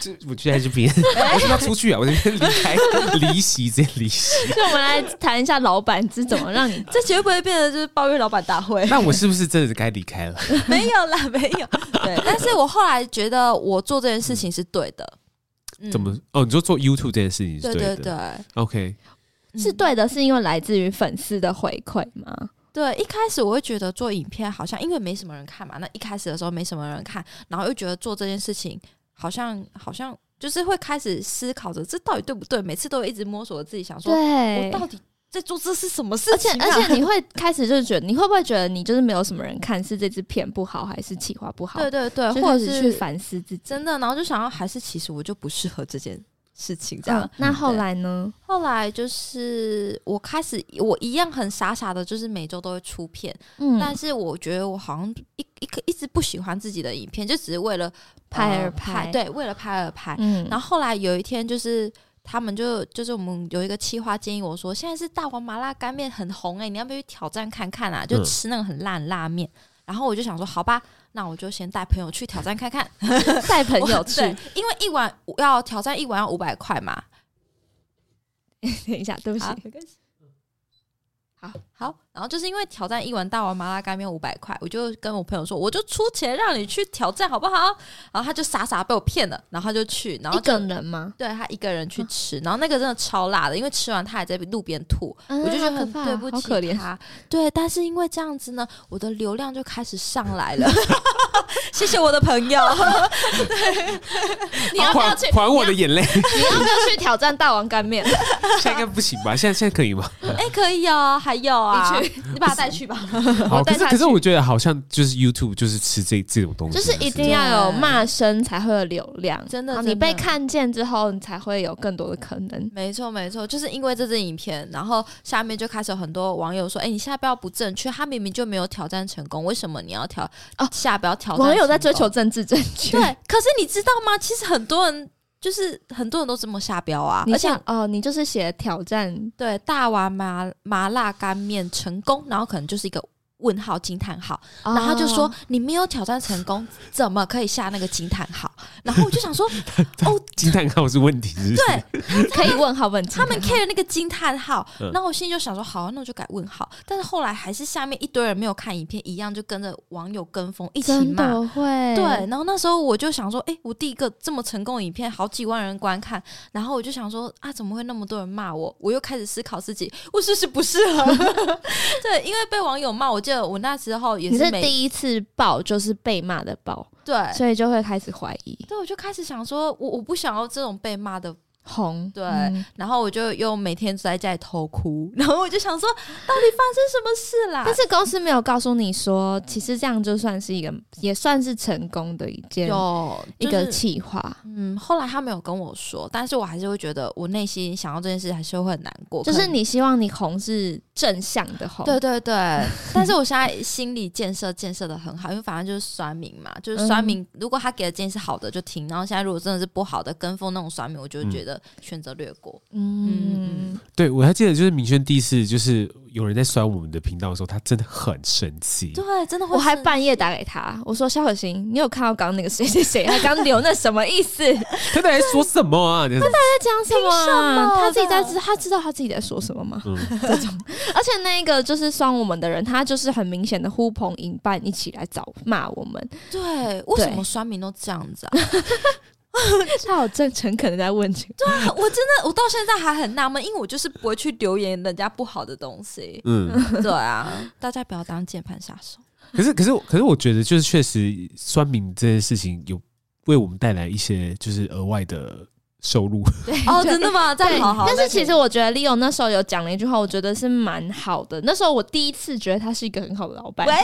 这 我就在这边， 我是不是要出去啊，我这边离开离席，直接离席。，就我们来谈一下老板是怎么让你 这绝对不会变得就是抱怨老板大会那我是不是真的该离开了？ 没有啦，没有。 对，但是我后来觉得我做这件事情是对的。嗯怎么？？哦，你说做 YouTube 这件事情是的。对对对， OK，嗯是对的，是因为来自于粉丝的回馈吗？对，一开始我会觉得做影片好像因为没什么人看嘛，那一开始的时候没什么人看，然后又觉得做这件事情好像好像就是会开始思考着这到底对不对，每次都会一直摸索自己想说对我，到底在做这是什么事而且情、啊？而 且你会开始就是觉得，你会不会觉得你就是没有什么人看，是这支片不好，还是企划不好？对对对，就或开者始去是反思自己。真的，然后就想要还是其实我就不适合这件事情，这样。嗯那后来呢？后来就是我开始，我一样很傻傻的，就是每周都会出片，嗯，但是我觉得我好像一一个一直不喜欢自己的影片，就只是为了拍呃而拍对，为了拍而拍。嗯， 然后后来有一天，就是他们就就是我们有一个企划建议我说，现在是大王麻辣干面很红哎、你要不要去挑战看看啊？就嗯吃那个很烂的拉面。然后我就想说，好吧，那我就先带朋友去挑战看看。嗯 带朋友我去，对因为一碗要挑战一碗要五百块嘛。等一下，对不起 好，没关系好好，然后就是因为挑战一碗大碗麻辣干面五百块，我就跟我朋友说，我就出钱让你去挑战好不好？然后他就傻傻被我骗了，然后他就去，然后一就个人吗？对他一个人去吃，然后那个真的超辣的，因为吃完他还在路边吐，我就啊好觉得可很怕，对不好起可怜。他。对，但是因为这样子呢，我的流量就开始上 来了。 谢谢我的朋友，你要不要还去？还我的眼 泪？你要不要去挑战大王干 面？现在应该不行吧？现在现在可以吗？哎、可以哦，还有啊，你去，你把他带 去吧。好，可带是他可去是我觉得好像就是 YouTube 就是吃这这种东西，就是一定要有骂声才会有流量，真的然后真的你被看见之后，你才会有更多的可能。没错，没错，就是因为这支影片，然后下面就开始有很多网友说：“哎、你下标不正确，他明明就没有挑战成功，为什么你要挑哦下标挑战？”网友在追求政治正确，对，可是你知道吗？其实很多人就是很多人都这么下标啊，你而且想哦，你就是写挑战，对大碗麻麻辣干面成功，然后可能就是一个问号惊叹号，然后他就 说、哦你没有挑战成功，怎么可以下那个惊叹号？然后我就想说，哦， 惊叹号是问题，是不是？对，可以问好问题，他 们 care 那个惊叹号嗯，那我心里就想说，好、啊，那我就改问号。但是后来还是下面一堆人没有看影片，一样就跟着网友跟风一起真骂。的哦会对，然后那时候我就想说，诶，我第一个这么成功的影片，好几万人观看，然后我就想说，啊，怎么会那么多人骂我？我又开始思考自己，我是不是不适 合？对，因为被网友骂，我记得我那时候也你是没第一次爆就是被骂的爆，对，所以就会开始怀疑对，我就开始想说，我我不想要这种被骂的红对嗯然后我就又每天都在家里偷哭， 然后我就想说，到底发生什么事啦？但是公司没有告诉你说，其实这样就算是一个，也算是成功的一件有一就个是企划，嗯，后来他没有跟我说，但是我还是会觉得我内心想到这件事还是会很难过，就可是能。哦你希望你红是正向的红，对对对， 但是我现在心理建设建设的很好，因为反正就是酸民嘛，就是酸民。如果他给的建议是好的就听，然后现在如果真的是不好的跟风那种酸民，我就会觉得选择略过。嗯嗯，对，我还记得就是明轩第一次就是有人在摔我们的频道的时候，他真的很生气。对，真的会我还是半夜打给他，我说肖可欣，你有看到刚刚那个谁谁 谁，他刚留那什么意思？他他在说什么啊？就是讲什么啊、凭什么他自己在知，他知道他自己在说什么吗？嗯，。而且那个就是酸我们的人，他就是很明显的呼朋引伴一起来找骂我们，对，为什对么酸民都这样子啊？他有正诚恳的在问这个，我真的，我到现在还很纳闷，因为我就是不会去留言人家不好的东西 嗯，对啊，大家不要当键盘杀手。可是可是可是，我觉得就是确实酸敏这件事情有为我们带来一些就是额外的收入。 哦，真的吗？再对，好好。但是其实 我我觉得 Leo 那时候有讲了一句话，我觉得是蛮好的。那时候我第一次觉得他是一个很好的老板喂。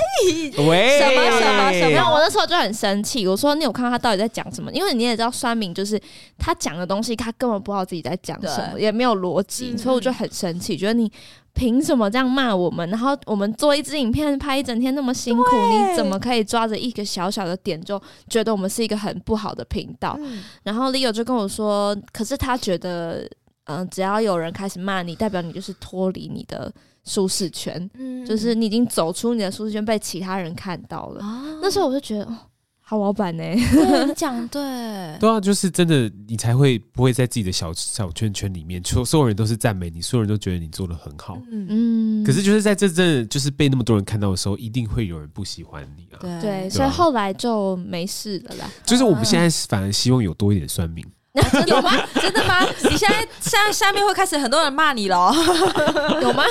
喂，什么什么什么然后我那时候就很生气，我说你有看到他到底在讲什么？因为你也知道，酸敏就是他讲的东西，他根本不知道自己在讲什么，对也没有逻辑，嗯所以我就很生气，觉得你凭什么这样骂我们？然后我们做一支影片拍一整天那么辛苦，对你怎么可以抓着一个小小的点就觉得我们是一个很不好的频道？嗯然后 Leo 就跟我说，可是他觉得，嗯、只要有人开始骂你，代表你就是脱离你的舒适圈，嗯就是你已经走出你的舒适圈，被其他人看到了。啊那时候我就觉得，哦，好老板欸呢、对你讲对。对啊，就是真的，你才会不会在自己的小小圈圈里面，所所有人都是赞美你，所有人都觉得你做的很好。嗯， 嗯，可是就是在这真的就是被那么多人看到的时候，一定会有人不喜欢你啊。对嗯对，对所啊以后来就没事了啦。就是我们现在反而希望有多一点酸民。啊真的吗？真的吗？你现在现在下面会开始很多人骂你了，有吗？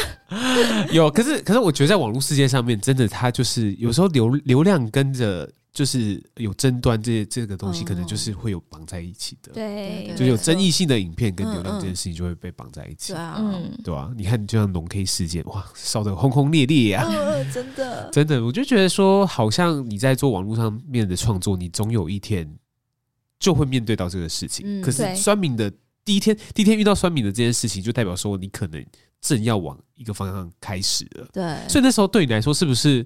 有，可是可是我觉得在网络世界上面，真的它就是有时候流流量跟着就是有争端这这个东西，嗯可能就是会有绑在一起的，对对，就是有没错争议性的影片跟流嗯量嗯这件事情就会被绑在一起对，啊，嗯，嗯，对啊，你看，就像农 K 事件，哇，烧得轰轰烈嗯烈啊！呃真的，真的，我就觉得说，好像你在做网络上面的创作，你总有一天就会面对到这个事情。嗯可是对酸民的第一天第一天遇到酸敏的这件事情，就代表说你可能正要往一个方向开始了。对，所以那时候对你来说，是不是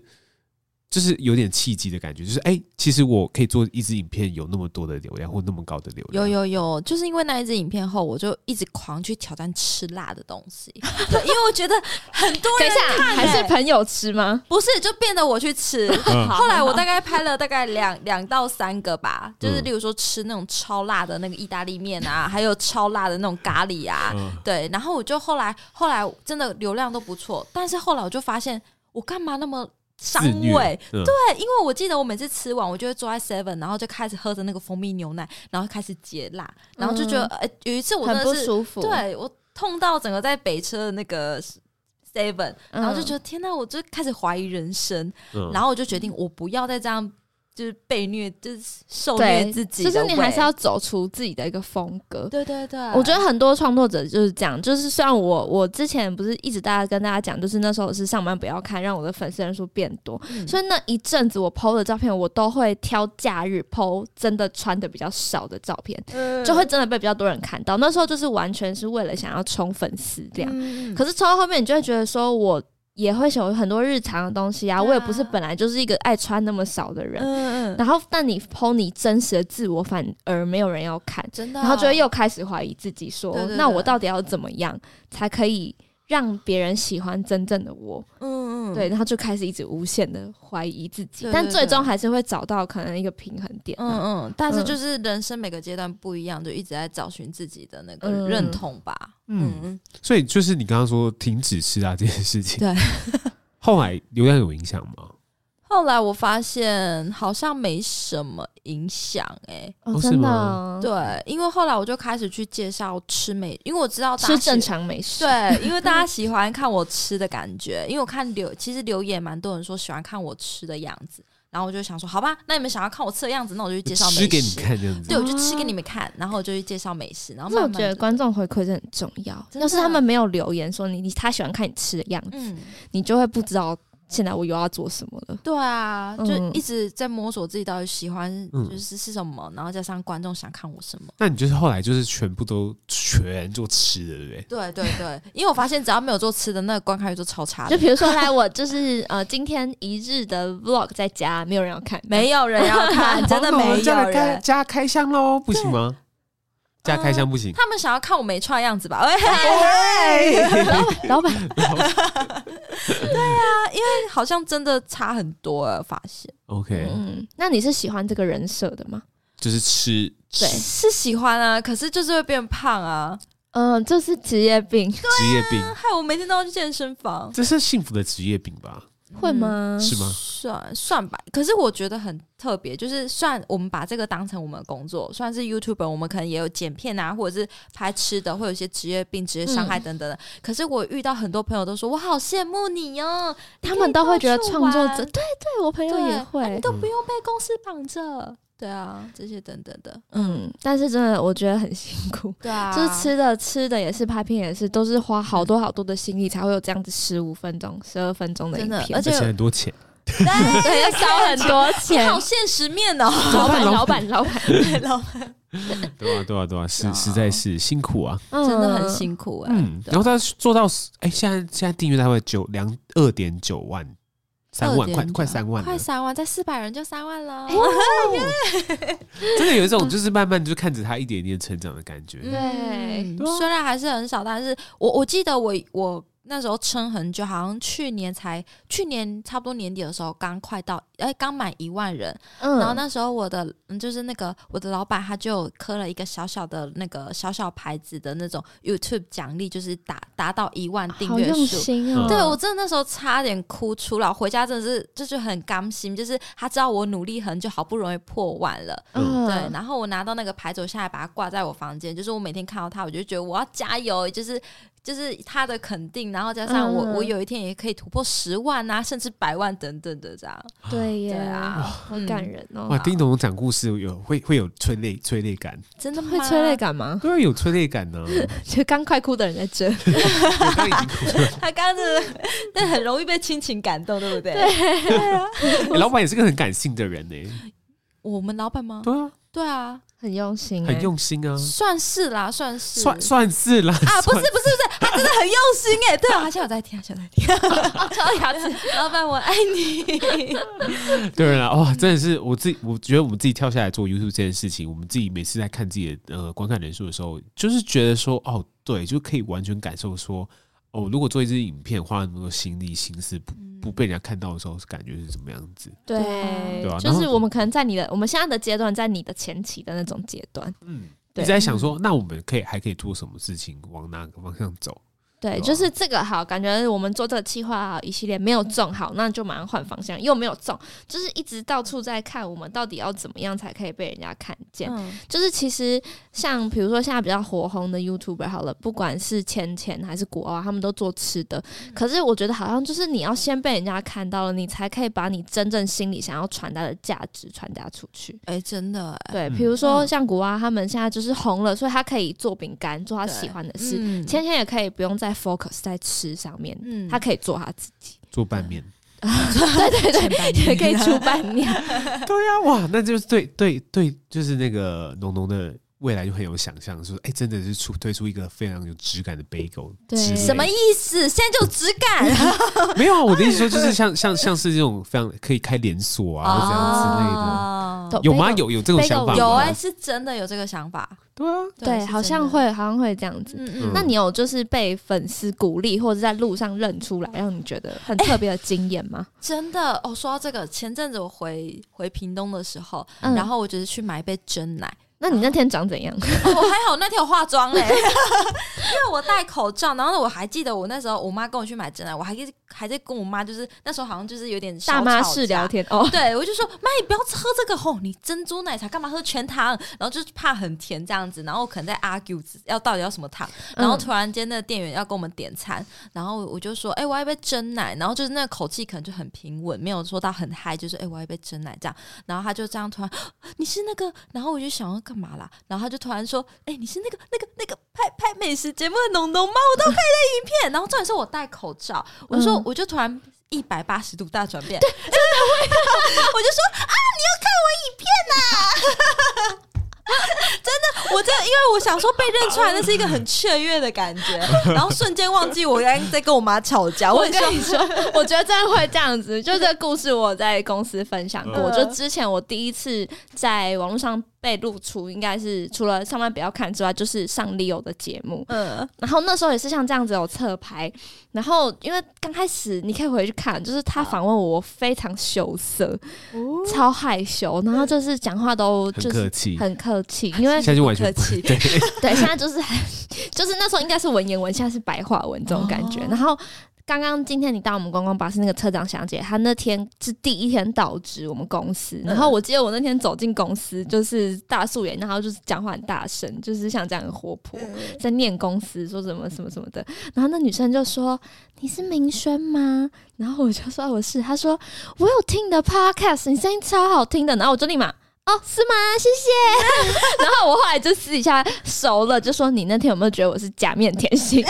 就是有点契机的感觉？就是哎、其实我可以做一支影片有那么多的流量或那么高的流量。有有有，就是因为那一支影片后，我就一直狂去挑战吃辣的东西，对，因为我觉得很多 等一人下，看还欸是朋友吃吗？不是就变得我去吃。嗯好后来我大概拍了大概两两到三个吧，就是嗯例如说吃那种超辣的那个意大利面啊，还有超辣的那种咖喱啊，嗯对。然后我就后来后来真的流量都不错，但是后来我就发现我干嘛那么伤自虐胃？嗯对，因为我记得我每次吃完，我就会坐在 Seven，然后就开始喝着那个蜂蜜牛奶，然后开始解辣，然后就觉得，呃，有一次我真很的不是，舒服。，对我痛到整个在北车的那个 Seven，然嗯后就觉得、天哪，我就开始怀疑人生，嗯然后我就决定我不要再这样，就是被虐，就是受对虐自己就的是你还是胃要走出自己的一个风格。对对对，我觉得很多创作者就是这样，就是虽然我我之前不是一直大家跟大家讲，就是那时候是上班不要看，让我的粉丝人数变多，嗯所以那一阵子我 PO 的照片，我都会挑假日 PO 真的穿的比较少的照片，得就会真的被比较多人看到。那时候就是完全是为了想要冲粉丝量，样可是冲到后面，你就会觉得说我也会有很多日常的东西啊，对啊我也不是本来就是一个爱穿那么少的人。嗯嗯，然后，但你剖你真实的自我，反而没有人要看，真的，啊然后就会又开始怀疑自己说，对对那我对到底要怎么样才可以让别人喜欢真正的我？嗯嗯对，然后就开始一直无限的怀疑自己，对但对最对终还是会找到可能一个平衡点啊、嗯嗯，但是嗯就是人生每个阶段不一样，就一直在找寻自己的那个嗯认同吧。嗯嗯嗯，所以就是你刚刚说停止吃辣这件事情，对。 后来流量有影响吗？后来我发现好像没什么影响哎、哦哦是真的哦、吗对，因为后来我就开始去介绍吃美，因为我知道大家吃正喜。常美食，对，因为大家喜欢看我吃的感觉，因为我看留，其实留言蛮多人说喜欢看我吃的样子，然后我就想说，好吧，那你们想要看我吃的样子，那我就去介绍美食。吃给你看这样子对，，我就吃给你们看，然后我就去介绍美食，然后那慢我慢觉得就观众回馈是很重要。真的要是他们没有留言说你你他喜欢看你吃的样子，嗯，你就会不知道现在我又要做什么了。对啊，就嗯一直在摸索自己到底喜欢嗯就是是什么，然后加上观众想看我什么。那你就是后来就是全部都全做吃的，对不对？对对 对，因为我发现只要没有做吃的，那个观看率就超差就的，比如说，来我就是呃，今天一日的 vlog 在家，没有人要看， 没有人要看，真的好那我没们加有了哦开人。加开箱喽，不行吗？加开箱不行。他们想要看我没穿的样子吧？ 哎，老板好像真的差很多啊，发现 OK，嗯，那你是喜欢这个人设的吗？就是吃对吃是喜欢啊，可是就是会变胖啊，嗯，这是职业病，嗯职业病，害我每天都要去健身房，这是幸福的职业病吧？会嗯吗？是吗？算算吧。可是我觉得很特别，就是算我们把这个当成我们的工作，算是 YouTuber，我们可能也有剪片啊，或者是拍吃的，会有一些职业病、职业伤嗯害等等的。可是我遇到很多朋友都说，我好羡慕你哦，你他可以们都会觉得到处创作玩者，对对，我朋友对也啊你会，都不用被公司 绑着。对啊，这些等等的，嗯，但是真的我觉得很辛苦，对 啊，就是吃的吃的也是，拍片也是，都是花好多好多的心力才会有这样子十五分钟、十二分钟的影真的片，而而且就很多钱， 对要烧很 多钱。好现实面哦， 老板，老板，老板，老对啊，对啊，对啊，是啊实在是辛苦啊。真真的很辛苦哎、嗯，然后他做到，哎，现在现在订阅大概九两二点九万，三万，快快2.9三万了哎快，三万，在四百人就三万了。 真的有一种就是慢慢就看着他一点一点成长的感觉。嗯对对啊虽然还是很少，但是我我记得我我那时候撑很久，好像去年才去年差不多年底的时候，刚快到哎刚满一万人，嗯然后？那时候我的嗯就是那个我的老板他就有刻了一个小小的那个小小牌子的那种 YouTube 奖励，就是达达到一万订好阅用数。心哦！对我真的那时候差点哭出来，我回家真的是就是很甘心，就是他知道我努力很久，好不容易破万了，嗯，对，然后我拿到那个牌子，我现在把它挂在我房间，就是我每天看到它，我就觉得我要加油，就是就是它的肯定，然后加上我、嗯我有一天也可以突破十万啊，甚至百万等等的这样。对耶，对啊，好感人哇，哦！丁董讲故事有会会有催泪催泪感，真的 会吗催泪，感吗？当然啊有催泪感呢、 就刚快哭的人在这，我刚刚已经哭了。他刚刚真的但很容易被亲情感动，对不对？欸老板也是个很感性的人呢、我们老板吗？对啊，对啊，很用心、欸，很用心啊，算是啦，算是算算是啦 啊，不是算不是不是，他真的很用心哎、对啊，他现在有在听，他现在有 在听，敲牙齿，老板我爱你，对了，哇，真的是我自己，我觉得我们自己跳下来做 YouTube 这件事情，我们自己每次在看自己的呃观看人数的时候，就是觉得说，哦，对，就可以完全感受说，哦，如果做一支影片花那么多心力心思，不不被人家看到的时候，感觉是什么样子？对，对啊然就后是我们可能在你的我们现在的阶段，在你的前期的那种阶段，嗯，一对直在想说，那我们可以还可以做什么事情，往哪个方向走？对，对啊就是这个好，感觉我们做这个计划啊一系列没有中好，那就马上换方向，又没有中，就是一直到处在看我们到底要怎么样才可以被人家看见。 嗯就是其实像比如说现在比较火红的 YouTuber 好了，不管是钱钱还是国啊，他们都做吃的。嗯可是我觉得好像就是你要先被人家看到了，你才可以把你真正心里想要传达的价值传达出去。哎、真的、哎对，嗯比如说嗯像古啊，他们现在就是红了，所以他可以做饼干，做他喜欢的事。嗯芊芊也可以不用再 focus 在吃上面，嗯他可以做他自己， 做拌 面？对对对，对也可以 出拌面。对呀、哇，那就是对对对，就是那个浓浓的。未来就很有想象，说哎、真的是出推出一个非常有质感的 bagel，对之类的什么意思？现在就有质感，没有啊，我的意思说就是像 像像是这种非常可以开连锁啊，或者这样哦都之类的，有吗？ bagel- 有有这种 bagel 想法吗？有哎、是真的有这个想法，对啊，对，是好真像的，会，好像会这样子。嗯嗯那你有就是被粉丝鼓励，或者在路上认出嗯来，让你觉得很特别的经验吗？真的哦，说到这个，前阵子我回回屏东的时候，嗯然后我就是去买一杯真奶。那你那天长怎样？哦我还好那天有化妆 嘞、因为我戴口罩。然后呢，我还记得我那时候我妈跟我去买真奶，我还一直还在跟我妈，就是那时候好像就是有点小大妈吵式架聊。天哦，对，我就说妈，你不要喝这个吼，你珍珠奶茶干嘛喝全糖？然后就是怕很甜这样子，然后我可能在 argue 要到底要什么糖，然后嗯突然间那个店员要跟我们点餐，然后我就说，哎、我要一杯真奶，然后就是那个口气可能就很平稳，没有说到很嗨，就是哎、我要一杯真奶这样，然后他就这样突然，哦你是那个，然后我就想要干嘛啦，然后他就突然说，哎、你是那个那个那个拍拍美食节目的农农吗？我都拍了影片，然后重点是我戴口罩，我就说、嗯我就突然。一百八十度大转变，真的我就说啊，你要看我影片呐、真的，我真的，因为我想说被认出来，那是一个很雀跃的感觉，然后瞬间忘记我刚刚在跟我妈吵架，我我很跟你说，我觉得真的会这样子。就这个故事，我在公司分享过。嗯就之前我第一次在网络上被露出，应该是除了上班不要看之外，就是上 Leo 的节目。嗯，然后那时候也是像这样子有侧拍，然后因为刚开始你可以回去看，就是他访问我，我非常羞涩，哦超害羞，然后就是讲话都很就客是气，很客气，因为现在就完全不客气对， 对现在就是很就是那时候应该是文言文，现在是白话文这种感觉，哦然后。刚刚今天你到我们观光巴士那个车长小姐，她那天是第一天到职我们公司，然后我记得我那天走进公司就是大素颜，然后就是讲话很大声，就是像这样很活泼，在念公司说什么什么什么的，然后那女生就说：“你是明轩吗？”然后我就说：“啊我是。”她说：“我有听你的 podcast，你声音超好听的。”然后我就立马。哦，是吗？谢谢。然 后我后来就私底下熟了，就说你那天有没有觉得我是假面甜心？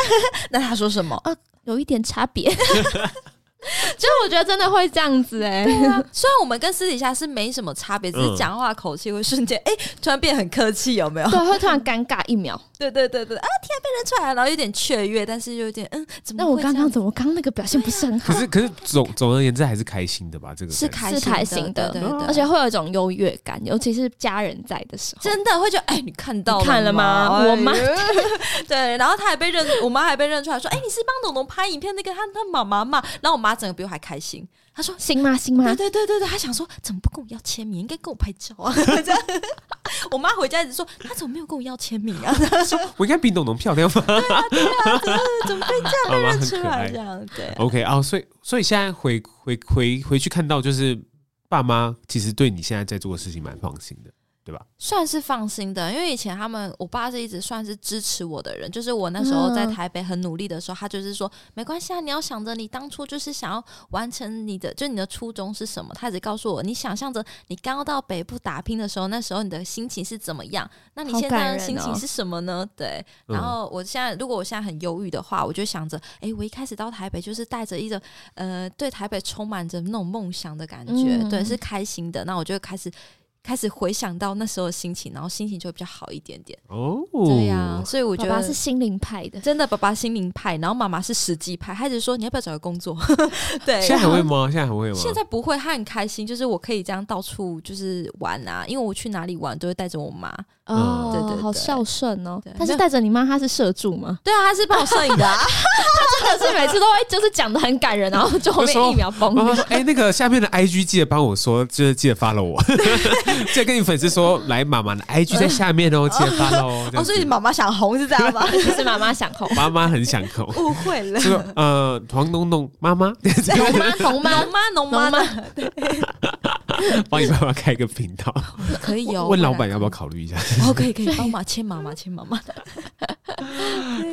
那他说什么？ 有一点差别。 就我觉得真的会这样子哎、对啊，虽然我们跟私底下是没什么差别，只嗯是讲话口气会瞬间哎、突然变很客气，有没有？ 对，会突然尴尬一秒。对对对对，啊天啊，被认出来了，然后有点雀跃，但是又有点嗯，怎么那会我刚这样刚怎么刚刚那个表现不是很好可？是可是总总而言之还是开心的吧？这个是感觉 开是开心的对对对而且会有一种优越感，尤其是家人在的时候。真的会觉得，哎、你看到你看了吗哎呦我妈 对，然后她还被认，我妈还被认出来，说，哎、你是帮董董拍影片那个她她妈妈嘛？然后我妈整个比我还开心，她说，行吗？行吗对？对对对对，她想说，怎么不跟我要签名？应该跟我拍照 啊！这样 我妈回家一直说，她怎么没有跟我要签名 啊？ 我应该比董董漂亮吧？啊怎么被这样好吧，认很出可来？爱这。样对。 OK 啊、所以所以现在回回回回去看到，就是爸妈其实对你现在在做的事情蛮放心的，对吧？算是放心的，因为以前他们，我爸是一直算是支持我的人，就是我那时候在嗯台北很努力的时候，他就是说没关系啊，你要想着你当初就是想要完成你的，就你的初衷是什么，他一直告诉我，你想象着你刚到北部打拼的时候，那时候你的心情是怎么样，那你好现感在的人心情哦是什么呢？对，嗯然后我现在如果我现在很忧郁的话，我就想着，诶，我一开始到台北就是带着一种呃对台北充满着那种梦想的感觉，嗯对，是开心的，那我就开始开始回想到那时候的心情，然后心情就会比较好一点点。哦，对呀、所以我我觉爸得爸是心灵派的，真的爸爸心灵派，然后妈妈是实际派。他一直说你要不要找个工作？ 对，现在还会吗？现在还会吗？现在不会，他很开心，就是我可以这样到处就是玩啊，因为我去哪里玩都会带着我妈。哦，对对对好孝顺哦对。但是那带着你妈，她是社助吗？对啊，他是帮我摄影的、啊， 真的是每次都会就是讲的很感人，然后就后面一秒崩妈妈掉。说：“哎、那个下面的 IG 记得帮我说，就是记得发了我， 记得跟你粉丝说，来妈妈的 IG 在下面哦，记得发了 哦。这样子”，哦，所以妈妈想红是 这样吗？就是妈妈想红妈妈很想口，误会了就。说呃，黄东东妈妈 红 妈红妈农妈，农妈农妈的帮你妈妈开一个频道， 可以哦。问老板要不要考虑一下？哦，可以可以，帮忙签妈妈，签妈 妈。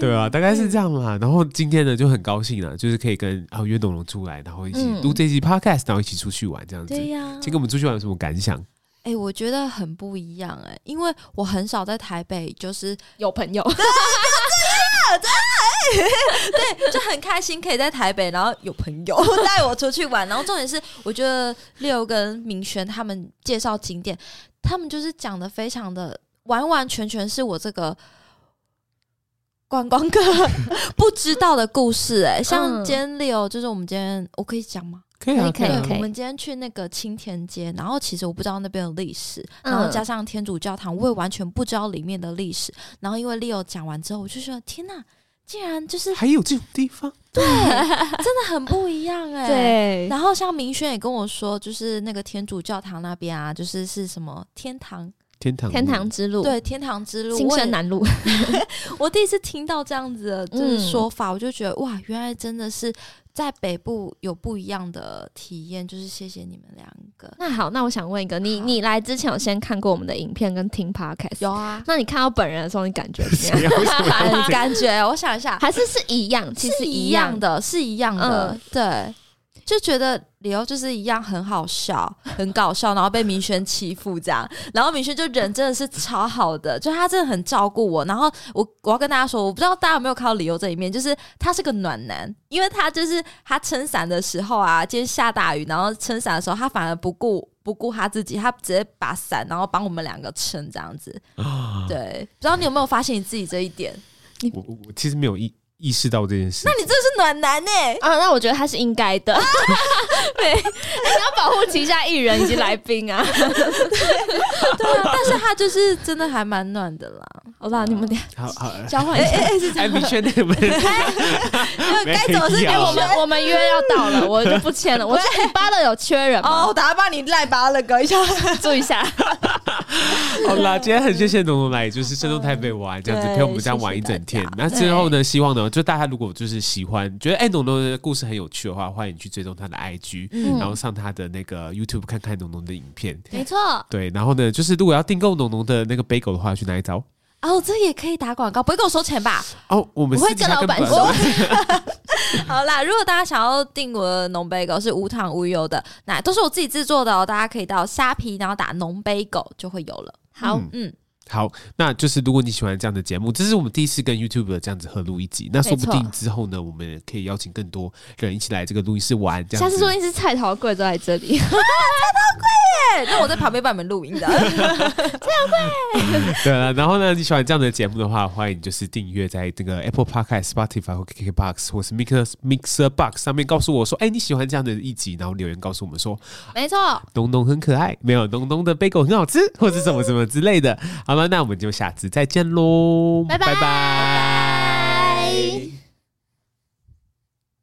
对啊，大概是这样啦。然后今天呢，就很高兴啊，就是可以跟啊约董龙出来，然后一起嗯录这集 podcast，然后一起出去玩这样子。呀、先跟我们出去玩有什么感想？哎、我觉得很不一样哎、因为我很少在台北，就是有朋友， 就很开心可以在台北，然后有朋友 带我出去玩，然后重点是，我觉得六跟明轩他们介绍景点，他们就是讲的非常的完完全全是我这个。观光客 不知道的故事、哎，像嗯今天 Leo，就是我们今天我可以讲吗？可以啊，可以啊可以我们今天去那个青田街，然后其实我不知道那边的历史，然后嗯加上天主教堂，我也完全不知道里面的历史。然后因为 Leo 讲完之后，我就说天哪，竟然就是还有这种地方，真的很不一样 哎、。对，然后像明轩也跟我说，就是那个天主教堂那边啊，就是是什么天堂，天堂路天堂之路，对，天堂之路。新我也生南路， 我第一次听到这样子的就是嗯说法，我就觉得哇，原来真的是在北部有不一样的体验，就是谢谢你们两个。那好，那我想问一个，你好你来之前有先看过我们的影片跟听 podcast？有啊，那你看到本人的时候，你感觉怎么谁样？要为什么要这样很感觉，我想一下， 还是是一样？其实是一样样，的，是一样的，嗯对，就觉得理由就是一样，很好笑， 很搞笑，然后被明轩欺负这样，然后明轩就人真的是超好的，就他真的很照顾我，然后我我要跟大家说，我不知道大家有没有看到理由这一面，就是他是个暖男，因为他就是他撑伞的时候啊，今天下大雨，然后撑伞的时候，他反而不顾。不顾他自己，他直接把伞，然后帮我们两个撑这样子。啊？对，不知道你有没有发现你自己这一点？我我我其实没有意意识到这件事。那你真的是暖男呢、欸啊，那我觉得他是应该 的。对， 哎你要保护旗下艺人以及来宾啊。对啊，但是他就是真的还蛮暖的 啦。 好啦，你们俩好好，呃交换一下。哎，明确那个不是 没该走是必哎，该要我们我们约要到了，我就不签 了。我说你巴勒有缺人吗？哦我等下帮你赖把那个一下。注意一下。 好啦，今天很谢谢农农来，就是深入台北玩，这样子对陪我们这样玩一整天谢谢。那之后呢，希望呢，就大家如果就是喜欢，觉得哎农农的故事很有趣的话，欢迎去追踪他的 IG，嗯然后上他的那个 YouTube 看看农农的影片。没错，对，然后呢，就是如果要订购农农的那个 bagel 的话，去哪里找？哦，这也可以打广告，不会跟我收钱 吧？哦，我们我会私底下跟老板本说好啦，如果大家想要订我的农杯狗是无糖无油的，那都是我自己制作的哦，大家可以到虾皮，然后打农杯狗就会有了。好，嗯嗯， 好，那就是如果你喜欢这样的节目，这是我们第一次跟 YouTube 这样子合录一集，那说不没错定之后呢，我们可以邀请更多人一起来这个录音室玩，这样下子。次说不定是菜头贵都在这里。哎、那我在旁边帮你们录 音的。对了，然后呢，你喜欢这样的节目的话，欢迎就是订阅在这个 Apple Podcast、Spotify 或 KKBox 或是 Mixer Mixer Box 上面告诉我说，哎，你喜欢这样的一集，然后留言告诉我们说，没错，东东很可爱，没有东东的 bagel 很好吃，或是什么什么之类的。好了，那我们就下次再见喽，拜拜拜拜。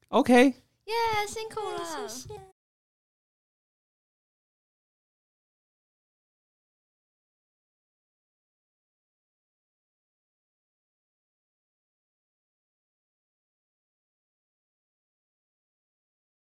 OK。哎耶，辛苦了。谢。